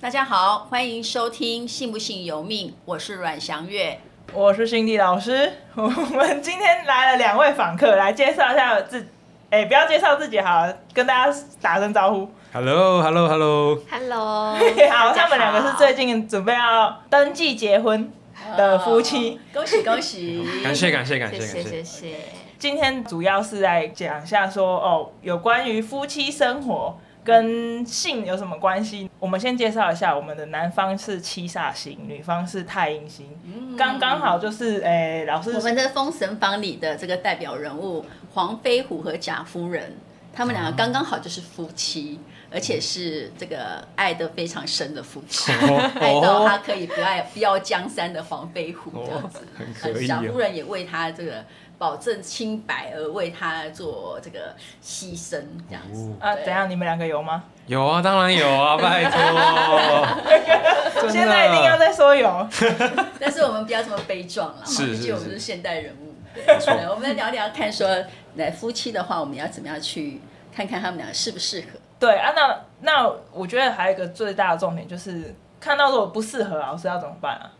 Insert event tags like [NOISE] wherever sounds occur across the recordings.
大家好，欢迎收听《信不信由命》，我是阮祥月。我是辛迪老师， [LAUGHS] 我们今天来了两位访客，来介绍一下自，哎、不要介绍自己好了，跟大家打声招呼。 h e l l o h e l l o h e l l o Hello， [LAUGHS] 好，大家他们两个是最近准备要登记结婚的夫妻。恭喜恭喜！ [LAUGHS] 感谢感谢感谢谢谢感谢谢。谢。今天主要是来讲一下说，哦，有关于夫妻生活跟性有什么关系。我们先介绍一下，我们的男方是七煞星，女方是太阴星，刚刚好就是，哎、老师我们的《封神榜》里的这个代表人物黄飞虎和贾夫人，他们两个刚刚好就是夫妻，而且是这个爱得非常深的夫妻，哦 [LAUGHS] 爱到他可以不爱不要江山的黄飞虎这样子哦。很呃可以贾哦夫人也为他这个保证清白而为他做这个牺牲这样子。啊，对怎样？你们两个有吗？有啊，当然 [LAUGHS] 有啊，拜托。真的现在一定要再说有。但是我们不要这么悲壮了，哦是毕是竟我们是是现代人物。[LAUGHS] 错对，我们来聊聊看说，来夫妻的话，我们要怎么样去看看他们俩适不适合？对啊，那那我觉得还有一个最大的重点就是，看到如果不适合老师要怎么办啊？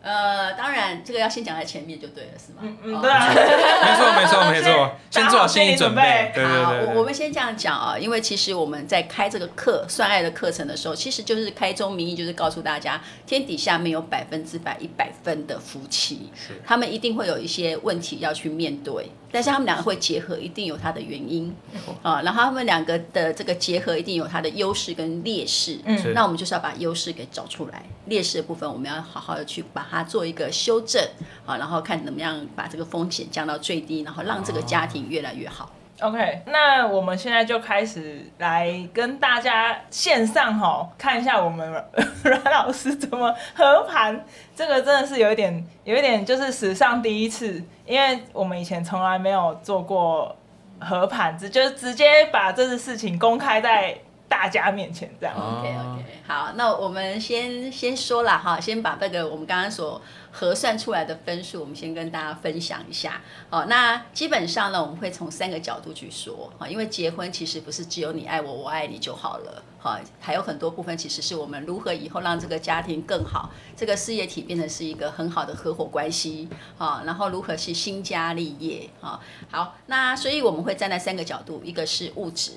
呃，当然这个要先讲在前面就对了，是吗？嗯嗯，哦对啊。没错没错没错，先做好心理准备。对好，对对我我对，们先这样讲啊、因为其实我们在开这个课算爱的课程的时候，其实就是开宗明义，就是告诉大家，天底下没有百分之百一百分的夫妻，他们一定会有一些问题要去面对，但是他们两个会结合，一定有它的原因啊、然后他们两个的这个结合一定有它的优势跟劣势，是那我们就是要把优势给找出来，劣势的部分我们要好好的去把它做一个修正，好，然后看怎么样把这个风险降到最低，然后让这哦个家庭越来越好。 [LAUGHS] OK，那我们现在就开始来跟大家线上哈看一下我们 [LAUGHS] 阮老师怎么合盘，这个真的是有一点有一点就是史上第一次，因为我们以前从来没有做过合盘，只就是直接把这件事情公开在大家面前这样。哦 OK OK，好，那我们先先说了哈，先把这个我们刚刚所核算出来的分数，我们先跟大家分享一下。好，那基本上呢，我们会从三个角度去说哈，因为结婚其实不是只有你爱我，我爱你就好了。好，还有很多部分其实是我们如何以后让这个家庭更好，这个事业体变成是一个很好的合伙关系啊，然后如何去兴家立业啊。好，那所以我们会站在三个角度，一个是物质，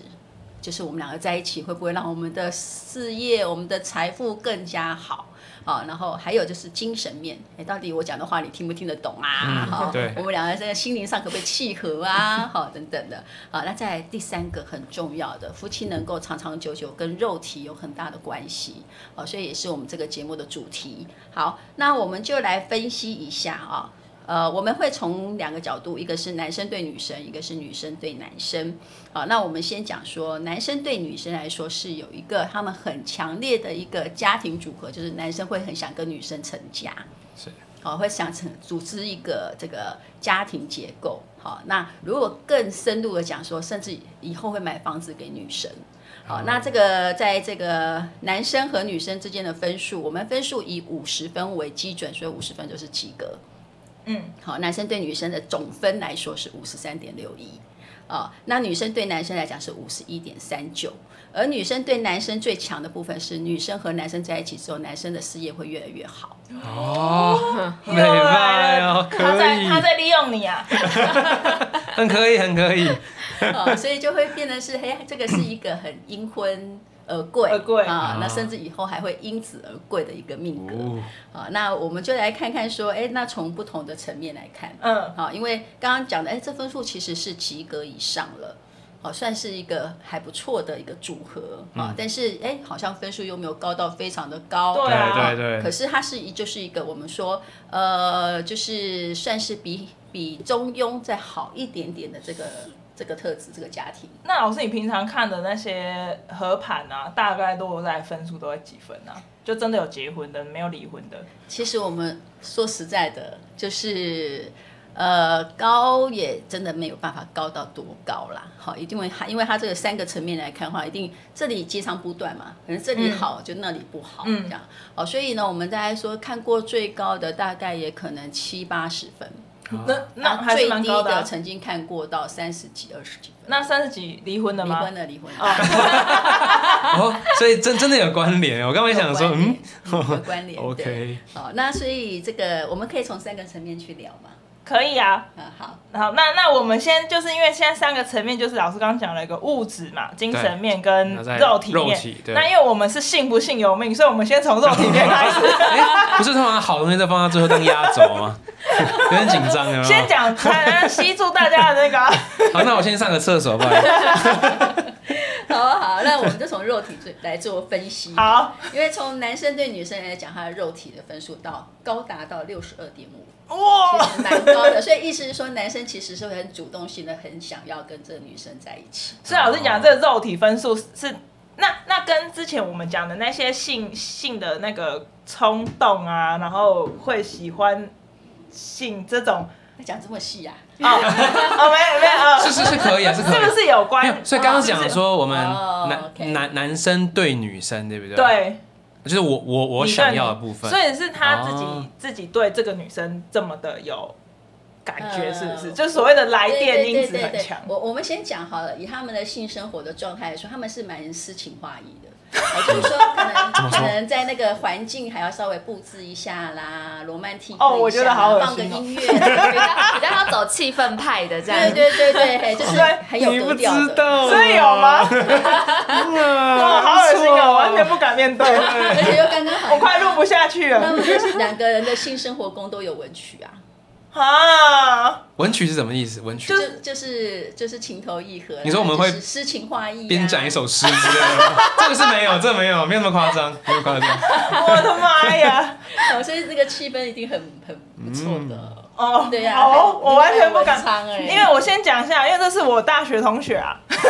就是我们两个在一起会不会让我们的事业、我们的财富更加好啊？然后还有就是精神面，哎，到底我讲的话你听不听得懂啊？嗯好对我们两个在心灵上可不可以契合啊？ [LAUGHS] 好，等等的。好，那再来第三个很重要的，夫妻能够长长久久跟肉体有很大的关系哦，所以也是我们这个节目的主题。好，那我们就来分析一下啊、呃，我们会从两个角度，一个是男生对女生，一个是女生对男生。好，那我们先讲说，男生对女生来说是有一个他们很强烈的一个家庭组合，就是男生会很想跟女生成家，是，好、会想成组织一个这个家庭结构。好，那如果更深入的讲说，甚至以后会买房子给女生。啊好，那这个在这个男生和女生之间的分数，我们分数以五十分为基准，所以五十分就是及格。嗯，好，男生对女生的总分来说是五十三点六一，哦，那女生对男生来讲是五十一点三九，而女生对男生最强的部分是女生和男生在一起之后，男生的事业会越来越 [LAUGHS] 好。哦，又美来败了哦，他可在以他，在利用你啊。很可以，很可以。 [LAUGHS] 哦，所以就会变得是，嘿，这个是一个很因婚而贵，而贵啊、那啊甚至以后还会因此而贵的一个命格。哦，啊、那我们就来看看说，哎，那从不同的层面来看，嗯好、因为刚刚讲的，哎，这分数其实是及格以上了。好、算是一个还不错的一个组合嗯啊、但是哎，好像分数又没有高到非常的高，对啊对对可对，是它是一就是一个我们说，呃，就是算是比比中庸再好一点点的这个这个特质，这个家庭。那老师，你平常看的那些合盘啊，大概落在分数都会几分啊？就真的有结婚的，没有离婚的，其实我们说实在的，就是呃高也真的没有办法高到多高啦。好，一定会因为它这个三个层面来看的话，一定这里截长补短嘛，可能这里好、就那里不好，嗯这样。好，所以呢，我们大概说看过最高的大概也可能七八十分，那那啊还是最蛮低高的啊、的曾经看过到三十几、二十几分。那三十几离婚的离吗？婚了，离婚了。哦，所以真真的有关联。我刚才想说，有关嗯 [LAUGHS] 联，有关联。对， [LAUGHS] ，OK，好，那所以这个我们可以从三个层面去聊嘛。可以啊。嗯，好，好，那那我们先就是因为现在三个层面，就是老师刚刚讲了一个物质嘛，精神面跟然后再肉体肉面。体对那因为我们是信不信由命，所以我们先从肉体面开始，不是通常好东西再放到最后当压轴吗？ [LAUGHS] 有点紧张，有没有？先讲才能吸住大家的那个啊。好，那我先上个厕所吧。 [LAUGHS] 好啊好啊，那我们就从肉体最来做分析。好，因为从男生对女生来讲，他的肉体的分数到高达到六十二点五，哇，其实蛮高的。所以意思是说，男生其实是很主动性的，很想要跟这个女生在一起。所以老师讲这个肉体分数是那那跟之前我们讲的那些性性的那个冲动啊，然后会喜欢性这种讲这么细啊？哦哦没有没有哦，是是是可以啊，是可以。是不是有没关？有，所以刚刚哦讲是不是说我们哦男 OK 男男生对女生，对不对？，对就是我我我你想认要的部分所。以是他自己、哦自己对这个女生这么的有感觉，呃是不是？就是所谓的来电因子对对很对对对强。我我们先讲好了，以他们的性生活的状态来说，他们是蛮诗情画意 [LAUGHS] 的。也就是说，可能么说可能在那个环境还要稍微布置一下啦，罗曼蒂克哦我一下觉得好恶放个心哦音乐，啊比较比较要走气氛派的这样对。对对对，嘿就是很有你不格知调的。道，啊所以有吗？嗯哇，哇啊好恶心哦，完全不敢面 [LAUGHS] 对，而且又刚刚我好，快录不下去他了们就是两个人的性生活宫都有文曲啊，啊！文曲是什么意思？文曲就就是就是情投意合啦。啊你说我们会就是诗情画意、啊，边讲一首诗之类的 [LAUGHS] 吗，这个是没有，这个没有，没有那么夸张，没有夸张。我的妈呀！哦，所以这个气氛一定很很不错的。嗯哦，对呀、好哦，我完全不敢。唱哎、因为我先讲一下，因为这是我大学同 [LAUGHS] 学啊， [LAUGHS] 是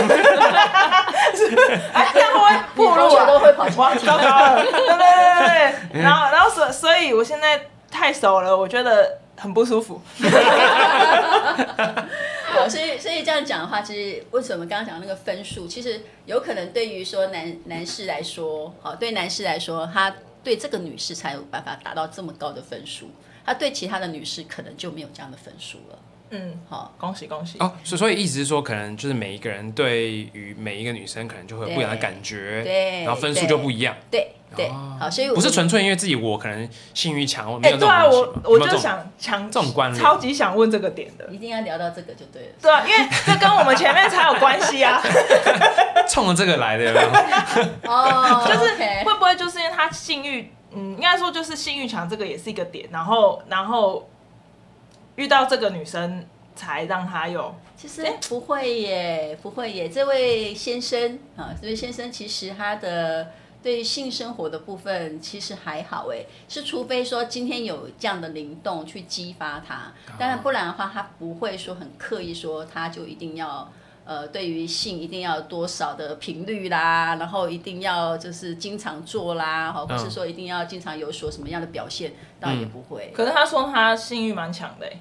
哎，这样会不会暴同露学啊？都会跑去哇，糟 [LAUGHS] 糕了，对对对对对，然后然后所所以，我现在太熟了，我觉得很不舒服。好，所以所以这样讲的话，其实为什么刚刚讲那个分数，其实有可能对于说男男士来说，好，对男士来说，他对这个女士才有办法达到这么高的分数，他对其他的女士可能就没有这样的分数了。嗯，好，恭喜恭喜。哦，所所以意思是说，可能就是每一个人对于每一个女生，可能就会有不一样的感觉，对然后分数就不一样，对对，好，所以我哦不是纯粹因为自己我可能性欲强，我没哎、有这对种啊，东西我嘛我有就没有这种想想这种关联超级想问这个点的。一定要聊到这个就 [LAUGHS] 对了。对啊，因为这跟我们前面才有关系啊。冲着这个来的有没有，哦， [LAUGHS] 就是，OK 会不会就是因为他性欲，嗯，应该说就是性欲强这个也是一个点，然后然后遇到这个女生才让他有其实不会耶，不会耶。这位先生啊，这位先生其实他的对于性生活的部分其实还好哎，是除非说今天有这样的灵动去激发啊他，当然不然的话，他不会说很刻意说他就一定要。呃，对于性一定要多少的频率啦，然后一定要就是经常做啦，好，不是嗯说一定要经常有所什么样的表现，倒也不会。可是他说他性欲蛮强的、欸，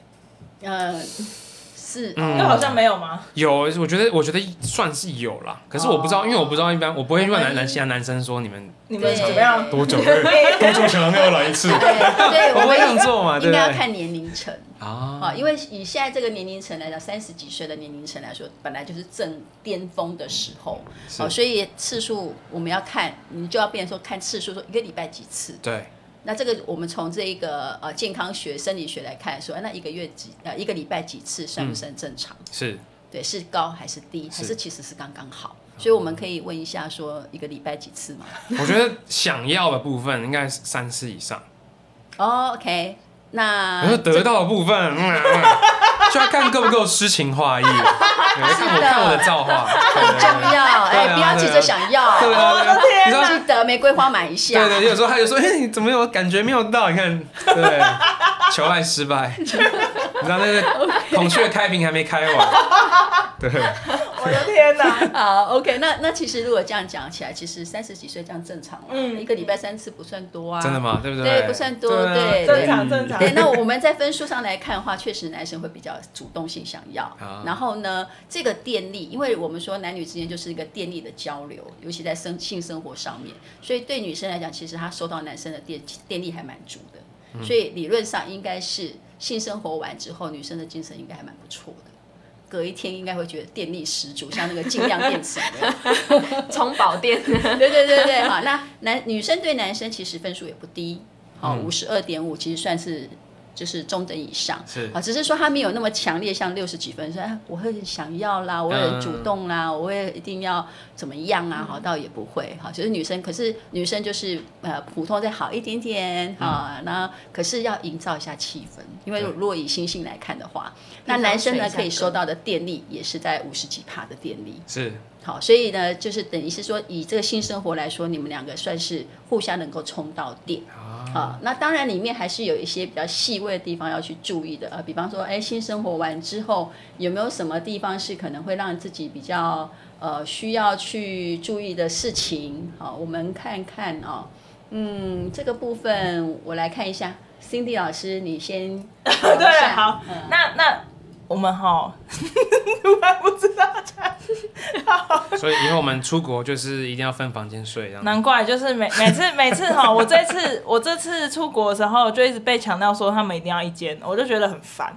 呃，是，嗯那、好像没有吗？有，我觉得我觉得算是有啦，可是我不知道，哦因为我不知道一般我不会我问们男男其他男生说你们你们对怎么样？多久多久可能要来一次，对， [LAUGHS] 对，我我会们这样做嘛，对应不该要对？看年龄层啊啊，因为以现在这个年龄层来讲，三十几岁的年龄层来说，本来就是正巅峰的时候，是哦，所以次数我们要看，你就要变成说看次数，说一个礼拜几次。对，那这个我们从这一个呃健康学、生理学来看说，那一个月几呃一个礼拜几次算不算正常？是对，是高还是低，还嗯是哦是其实是刚刚好？所以我们可以问一下，说一个礼拜几次吗？我觉得想要的部分应该是三次以上，哦，OK，那可是得到的部分，嗯嗯就要看够不够诗情 [LAUGHS] 画意，对看我是的看我的 [LAUGHS] 造化，很重要，哎、不要急着想要，啊哎对啊，对啊对啊你知道。记得玫瑰花买一下。对对，有时候他就说：“哎，你怎么有感觉没有到？”你看，对，求爱失败，你知道那个孔雀开屏还没开完，对，我的 [LAUGHS] 天哪、 [LAUGHS] 好，OK，那那其实如果这样讲起来，其实三十几岁这样正常了，嗯一个礼拜三次不算多啊，真的？吗？对不对对，不算多啊对正常正常对，那我们在分数上来看的话，确实男生会比较主动性想要啊，然后呢，这个电力，因为我们说男女之间就是一个电力的交流，尤其在生性生活上面，所以对女生来讲，其实她收到男生的电电力还蛮足的，所以理论上应该是性生活完之后，女生的精神应该还蛮不错的。隔一天应该会觉得电力十足，像那个尽量电池一样。充饱电，对对对对，好，那男女生对男生其实分数也不低，好五十二点五其实算是就是中等以上，是好，只是说他没有那么强烈，像六十几分说，哎，我会想要啦，我会很主动啦，我会一定要怎么样啊，好，倒也不会，好，就是女生，可是女生就是呃普通再好一点点，啊，那可是要营造一下气氛，因为对如果以星星来看的话，那营造男生水呢下可以歌收到的电力也是在五十几帕的电力，是好，所以呢，就是等于是说，以这个性生活来说，你们两个算是互相能够充到电。啊，好，那当然里面还是有一些比较细微的地方要去注意的，呃，比方说，哎，性生活完之后有没有什么地方是可能会让自己比较呃需要去注意的事情？好，我们看看哦，嗯，这个部分我来看一下，Cindy 老师，你 [LAUGHS] 先讲一对，下好，嗯那那我们哈，突然不知道讲，所以以后我们出国就是一定要分房间睡，这样难怪就是 [LAUGHS] 每每次每次哈，我这次我这次出国的时候就一直被强调说他们一定要一间，我就觉得很烦。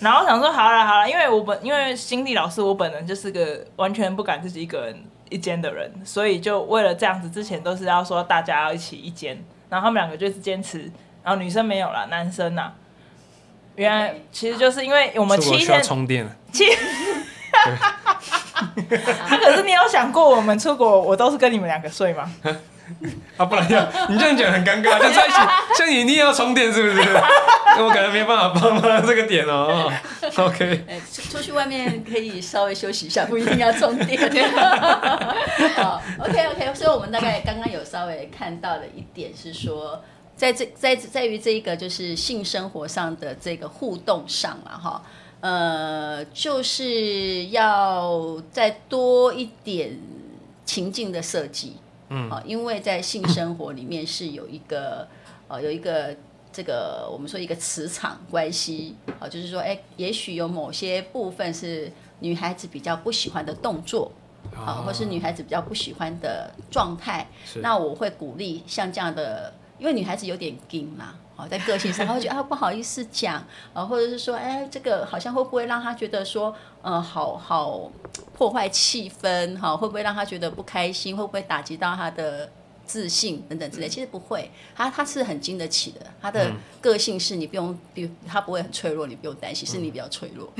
然后想说好了好了，因为我本因为心理老师我本人就是个完全不敢自己一个人一间的人，所以就为了这样子，之前都是要说大家要一起一间，然后他们两个就是坚持，然后女生没有啦，男生呐、原来 OK，其实就是因为我们出七国需要天 [LAUGHS] 充电了，七。啊可是你有想过，我们出国我都是跟你们两个睡吗？啊，不然要 [LAUGHS] 你这样讲很尴尬，就在一起，像你一定要充电是不是？我感觉没办法帮到这个点 [LAUGHS] 哦。OK，哎，出出去外面可以稍微休息一下，不一定要充电。 [LAUGHS] 好，OK OK，所以我们大概刚刚有稍微看到了一点是说，在这在在于这一个就是性生活上的这个互动上了哈，呃，就是要再多一点情境的设计，嗯，好，因为在性生活里面是有一个呃有一个这个我们说一个磁场关系，啊、就是说，哎，也许有某些部分是女孩子比较不喜欢的动作，啊、或是女孩子比较不喜欢的状态，那我会鼓励像这样的，因为女孩子有点硬嘛。哦，在个性上，她会觉得啊不好意思讲，啊，或者是说，哎，这个好像会不会让她觉得说，呃，好好破坏气氛，哈、会不会让她觉得不开心，会不会打击到她的自信等等之类？其实不会，她她是很经得起的，她的个性是你不用，比如她不会很脆弱，你不用担心，是你比较脆弱，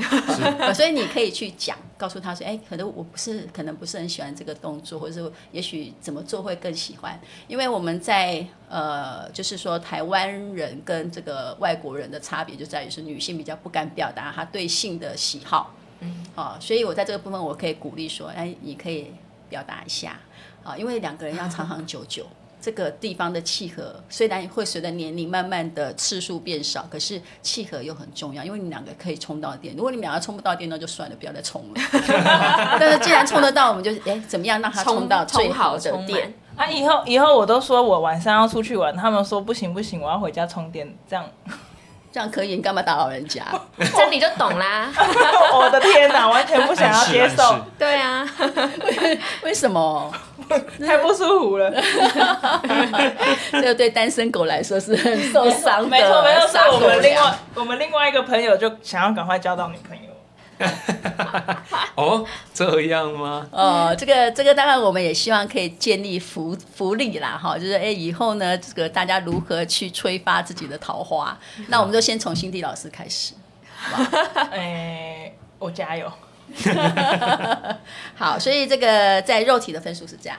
呃所以你可以去讲，告诉她说，哎，可能我不是，可能不是很喜欢这个动作，或者是也许怎么做会更喜欢，因为我们在呃，就是说台湾人跟这个外国人的差别就在于是女性比较不敢表达她对性的喜好，嗯，好、所以我在这个部分我可以鼓励说，哎，你可以表达一下，啊、因为两个人要长长久久。这个地方的契合虽然会随着年龄慢慢的次数变少，可是契合又很重要，因为你们两个可以充到电。如果你们两个充不到电，那就算了，不要再充了。 [LAUGHS] 但是既然充得到，我们就哎怎么样让它充到最充好的充电电？，啊，以后以后我都说我晚上要出去玩，他们说不行不行，我要回家充电。这 [LAUGHS] 样，这样可以，你干嘛打扰人家？ [LAUGHS] 这样你就懂啦。我的天哪，完全不想要接受，暗示对啊，为什么？太不舒服了。这个对单身狗来说是很受伤的。没错没错，所以杀我狗们另粮外 [LAUGHS] 我们另外一个朋友就想要赶快交到女朋 [LAUGHS] 友。哦，这样吗？呃，这个这个当然我们也希望可以建立福福利啦，哈，就是哎以后呢，这个大家如何去催发自己的桃花？那我们就先从辛迪老师开始。哎，我加油。好，所以这个在肉体的分数是这样，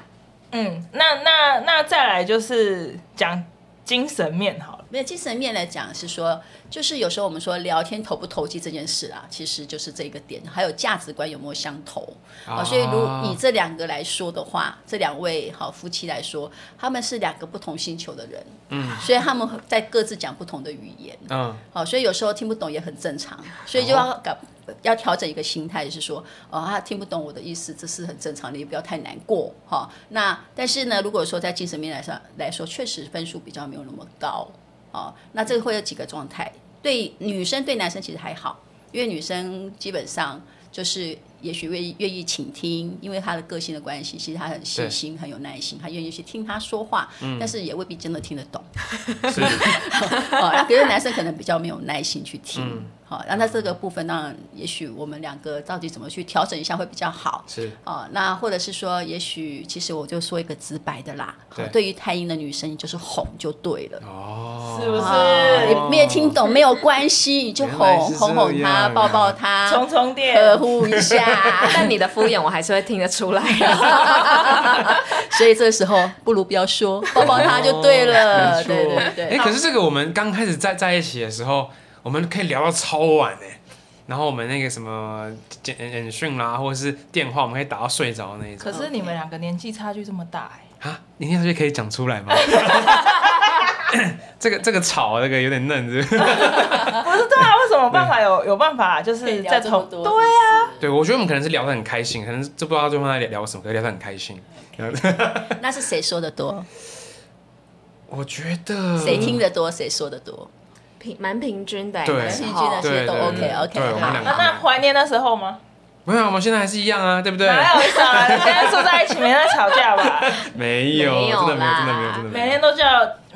嗯，那那那再来就是讲精神面好了。没有精神面来讲是说，就是有时候我们说聊天投不投机这件事啊，其实就是这个点，还有价值观有没有相投。啊、所以如以这两个来说的话，这两位好夫妻来说，他们是两个不同星球的人，嗯，所以他们在各自讲不同的语言，嗯，好、哦所以有时候听不懂也很正常，所以就要搞。要调整一个心态，就是说，哦，他听不懂我的意思，这是很正常的，也不要太难过哈、那但是呢，如果说在精神面来上来说，确实分数比较没有那么高哦。那这个会有几个状态，对女生对男生其实还好，因为女生基本上就是也许愿意愿意倾听，因为她的个性的关系，其实她很细心、很有耐心，她愿意去听他说话，但是也未必真的听得懂。[LAUGHS] 是嗯哦，那可是男生可能比较没有耐心去听，好、那那这个部分当然，也许我们两个到底怎么去调整一下会比较好。是哦，那或者是说，也许其实我就说一个直白的啦，好对对于太阴的女生，你就是哄就对了。哦，是不是啊也没有听懂没有关系，你就原来哄是这哄哄她，样抱抱 [LAUGHS] 她，充充电，呵护一 [LAUGHS] 下。但你的敷衍我还是会听得出来啊。所以这时候不如不要说，抱抱她就对了。没错对对哎、对，可是这个我们刚开始在在一起的时候，我们可以聊到超晚哎、然后我们那个什么简简讯啦，或者是电话，我们可以打到睡着的那一种可是你们两个年纪差距这么大、哎，啊。明天就可以讲出来吗？这个这个草，这个有点嫩，是不是？不是对啊？为什么办法有有办法就可以是聊在这么同多，对啊，啊，对，我觉得我们可能是聊得很开心，可能是就不知道对方在聊什么，可是聊得很开心。那是谁说的多，我觉得谁听得多，谁说的多，平蛮平均的欸，对那时细菌候的其实都对对 OK 对 OK 对我们好两个那那怀念那时候吗？没有，我们现在还是一样啊，对不对？哪有少啊？人家住在一起，每天在吵架吧，没有，没有真的没有，啦真的没有，真的没有。每天都叫，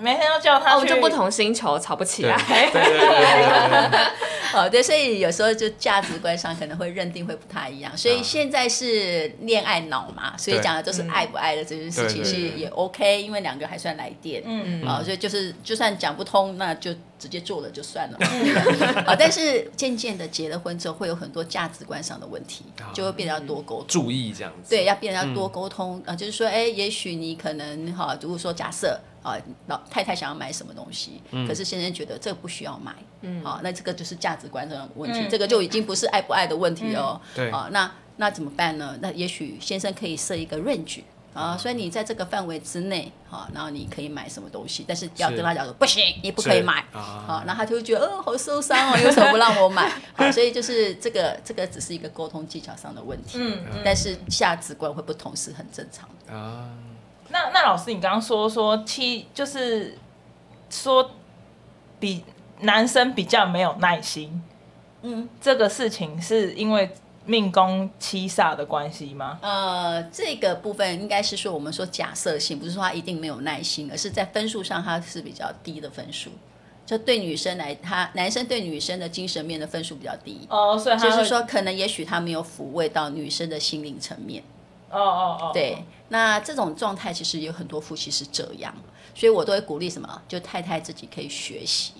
每天都叫他哦，去，我们就不同星球，吵不起对来。对对对对对对，哦，对，所以有时候就价值观上可能会认定会不太一样，所以嗯现在是恋爱脑嘛，所以对讲的就是爱不爱的这件事情对对是对对也 OK，因为两个还算来电，嗯，啊、所以就是就算讲不通，那就直接做了就算 [LAUGHS] 了嘛。啊、但是渐渐的结了婚之后，会有很多价值观上的问题，啊就会变得要多沟通。注意这样子。嗯对，要变得要多沟通啊、呃就是说，哎、也许你可能哈、如果说假设啊、老太太想要买什么东西，可嗯是先生觉得这个不需要买，嗯，好、那这个就是价值观上的问题，嗯这个就已经不是爱不爱的问题哦，嗯对啊、那那怎么办呢？那也许先生可以设一个 range。啊，嗯所以你在这个范围之内，好，然后你可以买什么东西，但是要是跟他讲说不行，你不可以是买，啊好，然后他就会觉得，哦，好受伤哦，你为什么不让我买？ [LAUGHS] 好，所以就是这个，这个只是一个沟通技巧上的问题，嗯嗯但是价值观会不同是很正常的。啊，那那老师，你刚刚说说七，就是说比男生比较没有耐心，嗯，这个事情是因为命宫七煞的关系吗？呃，这个部分应该是说我们说假设性，不是说他一定没有耐心，而是在分数上他是比较低的分数。就对女生来，他男生对女生的精神面的分数比较低，哦，所以他就会是，说可能也许他没有抚慰到女生的心灵层面。哦哦哦，对，那这种状态其实有很多夫妻是这样，所以我都会鼓励什么，就太太自己可以学习。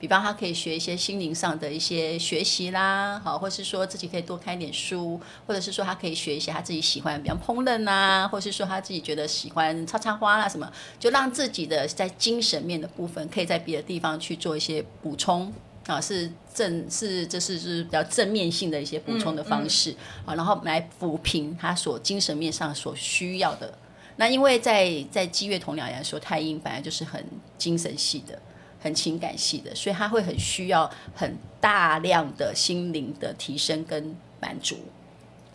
比方她可以学一些心灵上的一些学习啦，好，或是说自己可以多看一点书，或者是说她可以学一些她自己喜欢，比方烹饪啊，或是说她自己觉得喜欢插插花啦、什么，就让自己的在精神面的部分可以在别的地方去做一些补充啊，是正是这是就是比较正面性的一些补充的方式。啊，然后来抚平他所精神面上所需要的。那因为在在积月同僚来说，太阴本来就是很精神系的，很情感系的，所以他会很需要很大量的心灵的提升跟满足。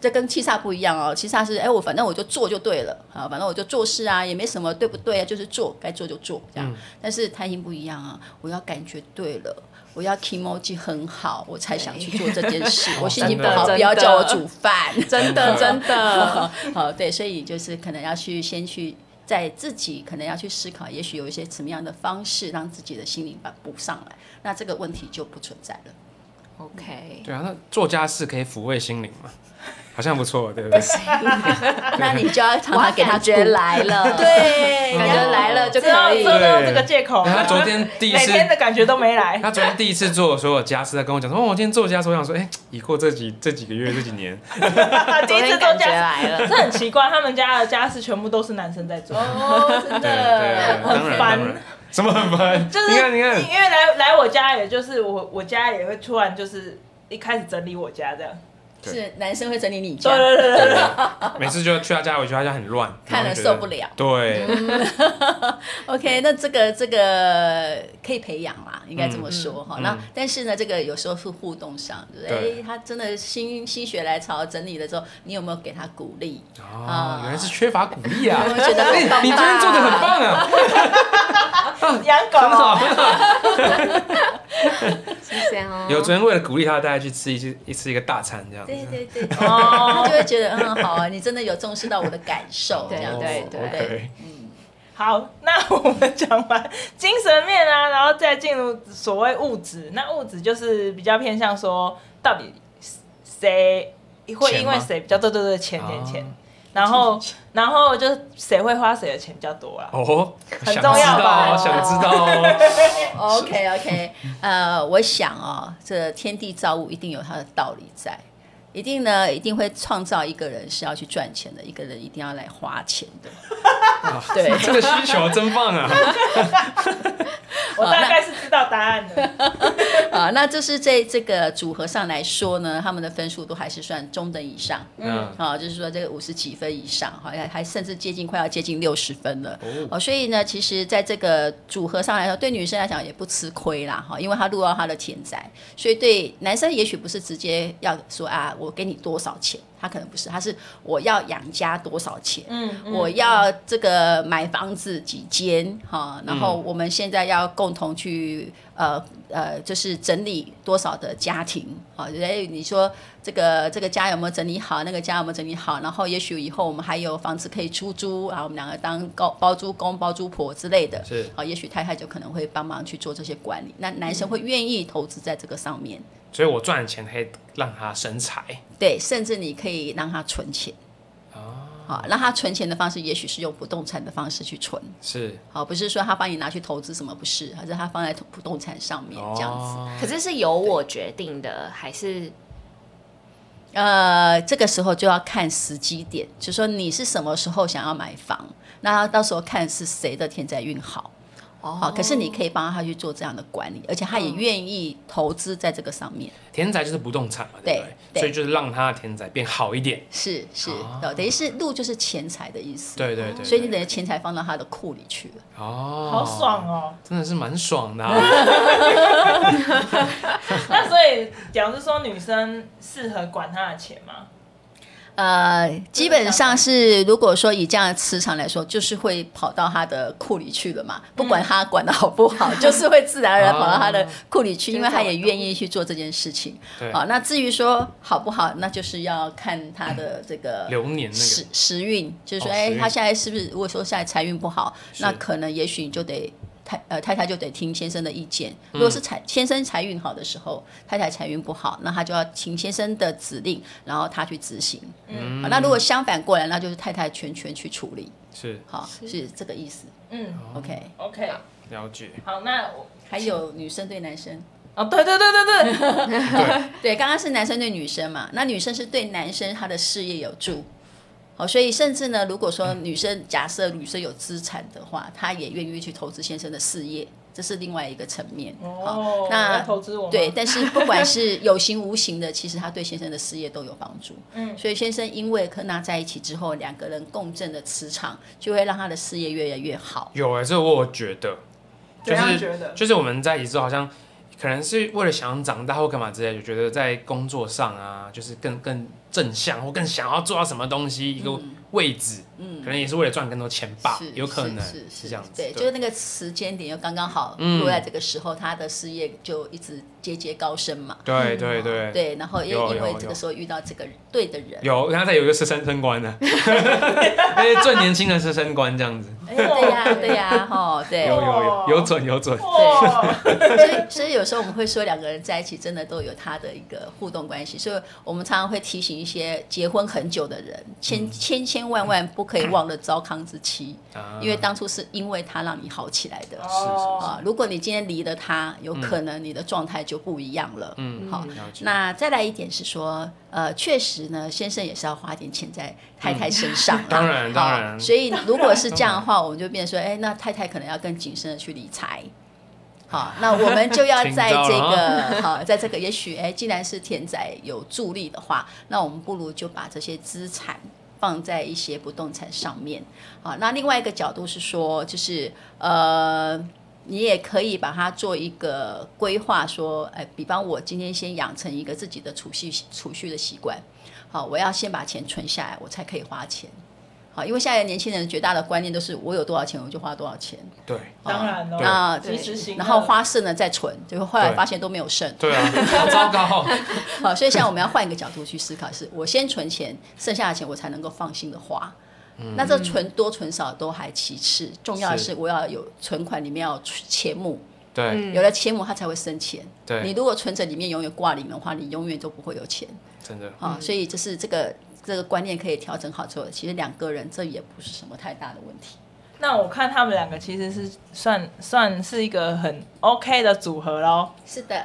这跟七煞不一样哦，七煞是哎，我反正我就做就对了啊，反正我就做事啊，也没什么对不对啊，就是做该做就做这嗯样。但是太阴不一样啊，我要感觉对了，我要 k i m o j i 很好，我才想去做这件事。我心情不好，哦真的不要真的叫我煮饭。 [LAUGHS] 真 [LAUGHS] 的真的，好，对，所以就是可能要去先去在自己可能要去思考，也许有一些什么样的方式让自己的心灵把它补上来，那这个问题就不存在了。 OK，对啊，那做家事可以抚慰心灵嘛， [LAUGHS] 好像不错，对不对？那你就要常哇，常给他感觉鼓，来 [LAUGHS] 了，，对，感觉来了就知道可知以。道这个借口，然后他昨天第一每次，天的感觉都没来，他昨天第一次做所有家事，他跟我讲说，哦，我今天做家事，我想说，哎、已过这几这几个月这几年， [LAUGHS] 第昨一次天做感觉家事，来了，这很奇怪，他们家的家事全部都是男生在做，哦，真对对，的，当然当然，什么很烦，就是你看你看，因为来来我家，也就是我我家也会突然就是一开始整理我家这样，对是男生会整理你对家， [LAUGHS] 对对对，每次就去他家，我觉得他家很乱，看了然后就觉得受不了对， OK，那这个这个可以培养啦，应该这么嗯说哈、那、但是呢，这个有时候是互动上，对不对？对哎，他真的心心血来潮整理的时候，你有没有给他鼓励？哦，原来是缺乏鼓励啊，我觉得很棒吧 [LAUGHS] 你今天做的很棒啊，对养狗很好哦，很好。谢谢哦。有昨天为了鼓励他，带他去吃一次一次一个大餐这样子，对对对，对哦他就会觉得嗯好啊，你真的有重视到我的感受，这对样子。对对哦哦，OK，好， [LAUGHS] 那我们讲完精神面啊，然后再进入所谓物质。那物质就是比较偏向说，到底谁会因为谁比较对对对钱钱啊钱，然 [LAUGHS] 后然后就是谁会花谁的钱比较多啊啦。哦，很想知重要吧道，想知道哦， OK OK，呃，我想哦，这天地造物一定有它的道理在，一定呢，一定会创造一个人是要去赚钱的，一个人一定要来花钱的。对，这个需求真棒 [LAUGHS] 啊！我大概是知道答案的。啊，那就是这这个组合上来说呢，他们的分数都还是算中等以上。嗯，啊、就是说这个五十几分以上，好像还甚至接近快要接近六十分了。哦哦、所以呢，其实在这个组合上来说，对女生来讲也不吃亏啦，哈，因为她录到她的天才，所以对男生也许不是直接要说啊，我给你多少钱，他可能不是，他是我要养家多少钱，嗯嗯我要这个买房子几间哈，然后我们现在要共同去呃呃，就是整理多少的家庭啊？哎，你说这个这个家有没有整理好？那个家有没有整理好？然后也许以后我们还有房子可以出租啊，我们两个当高包租公、包租婆之类的。是啊，也许太太就可能会帮忙去做这些管理。那男生会愿意投资在这个上面，所以我赚的钱可以让他生财对，甚至你可以让他存钱。好，让他存钱的方式，也许是用不动产的方式去存。是好，不是说他帮你拿去投资什么，不是，而是他放在不动产上面这样子。哦可是是由我决定的，还是呃，这个时候就要看时机点，就说你是什么时候想要买房，那到时候看是谁的天灾运好。哦好，可是你可以帮他去做这样的管理，而且他也愿意投资在这个上面。田宅就是不动产嘛，对对不对嗯对？所以就是让他的田宅变好一点，是是，哦呃等于是路就是钱财的意思。对对对对所以你等于钱财放到他的库里去了。哦，好爽，哦！真的是蛮爽 [LAUGHS] 的啊。那所以，假如说女生适合管她的钱吗？呃，基本上是，如果说以这样的磁场来说，就是会跑到他的库里去了嘛，嗯不管他管的好不好， [LAUGHS] 就是会自然而然跑到他的库里去，因为他也愿意去做这件事情。哦对，好，那至于说好不好，那就是要看他的这个流年那时个时运，就是说，哦哎、时运他现在是不是？如果说现在财运不好，是那可能也许你就得太呃太太就得听先生的意见。如嗯果是财先生财运好的时候，太太财运不好，那他就要听先生的指令，然后他去执行。嗯，那如果相反过来，那就是太太全权去处理。是好，是这个意思。嗯哦 OK， ，OK，了解，好，那我还有女生对男生。哦，对对对对对，对，对，刚刚是男生对女生嘛，那女生是对男生他的事业有助，好，所以甚至呢，如果说女生假设女生有资产的话，她也愿意去投资先生的事业，这是另外一个层面。哦，那要投资我吗对，但是不管是有形无形的，其实他对先生的事业都有帮助。 [LAUGHS] 嗯所以先生因为跟他在一起之后，两个人共振的磁场，就会让他的事业越来越好。有哎，这我有觉得，怎就样觉得是就是我们在一起之后，好像可能是为了想长大或干嘛之类，就觉得在工作上啊，就是更更正向或更想要做到什么东西，一个嗯位置，可能也是为了赚更多钱吧是，有可能是是这样子，对，就是那个时间点又刚刚好嗯落在这个时候，他的事业就一直节节高升嘛。对对对对，然后也有因为有这个有时候遇到这个对的人，有，然后再有一个是生生官的，因为最年轻的是生官这样子，哎对呀，对呀，哈，对，有有有有准有准，哇，所以所以有时候我们会说两个人在一起真的都有他的一个互动关系，所以我们常常会提醒一些结婚很久的人，嗯千千千万万不可以忘了糟糠之妻，啊因为当初是因为他让你好起来的。哦啊，如果你今天离了他，有可嗯能你的状态就不一样了。嗯，好，了解那再来一点是说，呃，确实呢，先生也是要花点钱在太太身上啦、啊当然好当然所以如果是这样的话，我们就变成说，哎，那太太可能要更谨慎的去理财。好，那我们就要 [LAUGHS] 请在到这了啊个好，在这个也许哎，既然是田宅有助力的话，那我们不如就把这些资产放在一些不动产上面。好，那另外一个角度是说，就是呃，你也可以把它做一个规划，说，哎，比方我今天先养成一个自己的储蓄储蓄的习惯，好，我要先把钱存下来，我才可以花钱。好，因为现在的年轻人绝大的观念都是我有多少钱我就花多少钱，对当然哦，那及时行乐，啊然后花剩了再存，结果后来对发现都没有剩。对啊，好糟糕，好，所以现在我们要换一个角度去思考，是我先存钱，剩下的钱我才能够放心的花。那这存多存少都还其次，重要的嗯是是我要有存款里面要有钱母，对嗯有了钱母它才会生钱。你对，如果存折里面永远挂零的话，你永远都不会有钱真的嗯啊。所以就是这个这个观念可以调整好之后，其实两个人这也不是什么太大的问题。那我看他们两个其实是算算是一个很 OK 的组合喽。是的，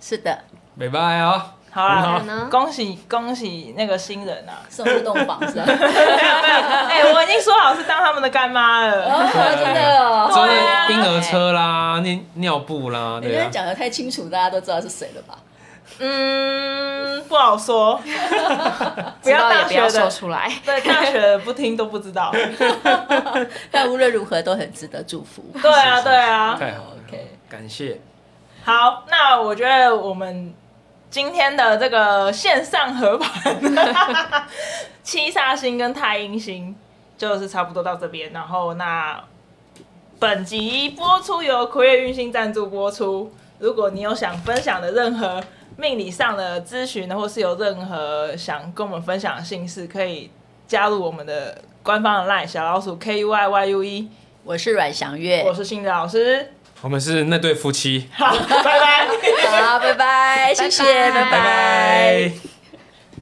是的，拜拜哦。好好啦呢，恭喜恭喜那个新人啊！ [LAUGHS] 送互动房是吧？哎、我已经说好是当他们的干妈了。哦，真的哦。真对啊的婴儿车啦，尿尿布啦，你对刚才啊，讲的太清楚，大家都知道是谁了吧？ [LAUGHS] 嗯，不好说，不知要道也大不学要说的，出来。对大学的不听都不知道。但无论如何都很值得祝福。对啊，是对啊。太好了 OK，感谢。好，那我觉得我们今天的这个线上合盘，七煞星跟太阴星就是差不多到这边。然后那本集播出由葵月运星赞助播出。如果你有想分享的任何命理上的咨询，或是有任何想跟我们分享的姓氏，可以加入我们的官方的 LINE 小老鼠 K U I Y U E。我是阮祥月，我是新的老师，我们是那对夫妻，好，拜拜。好，拜拜，谢谢，拜拜拜拜拜。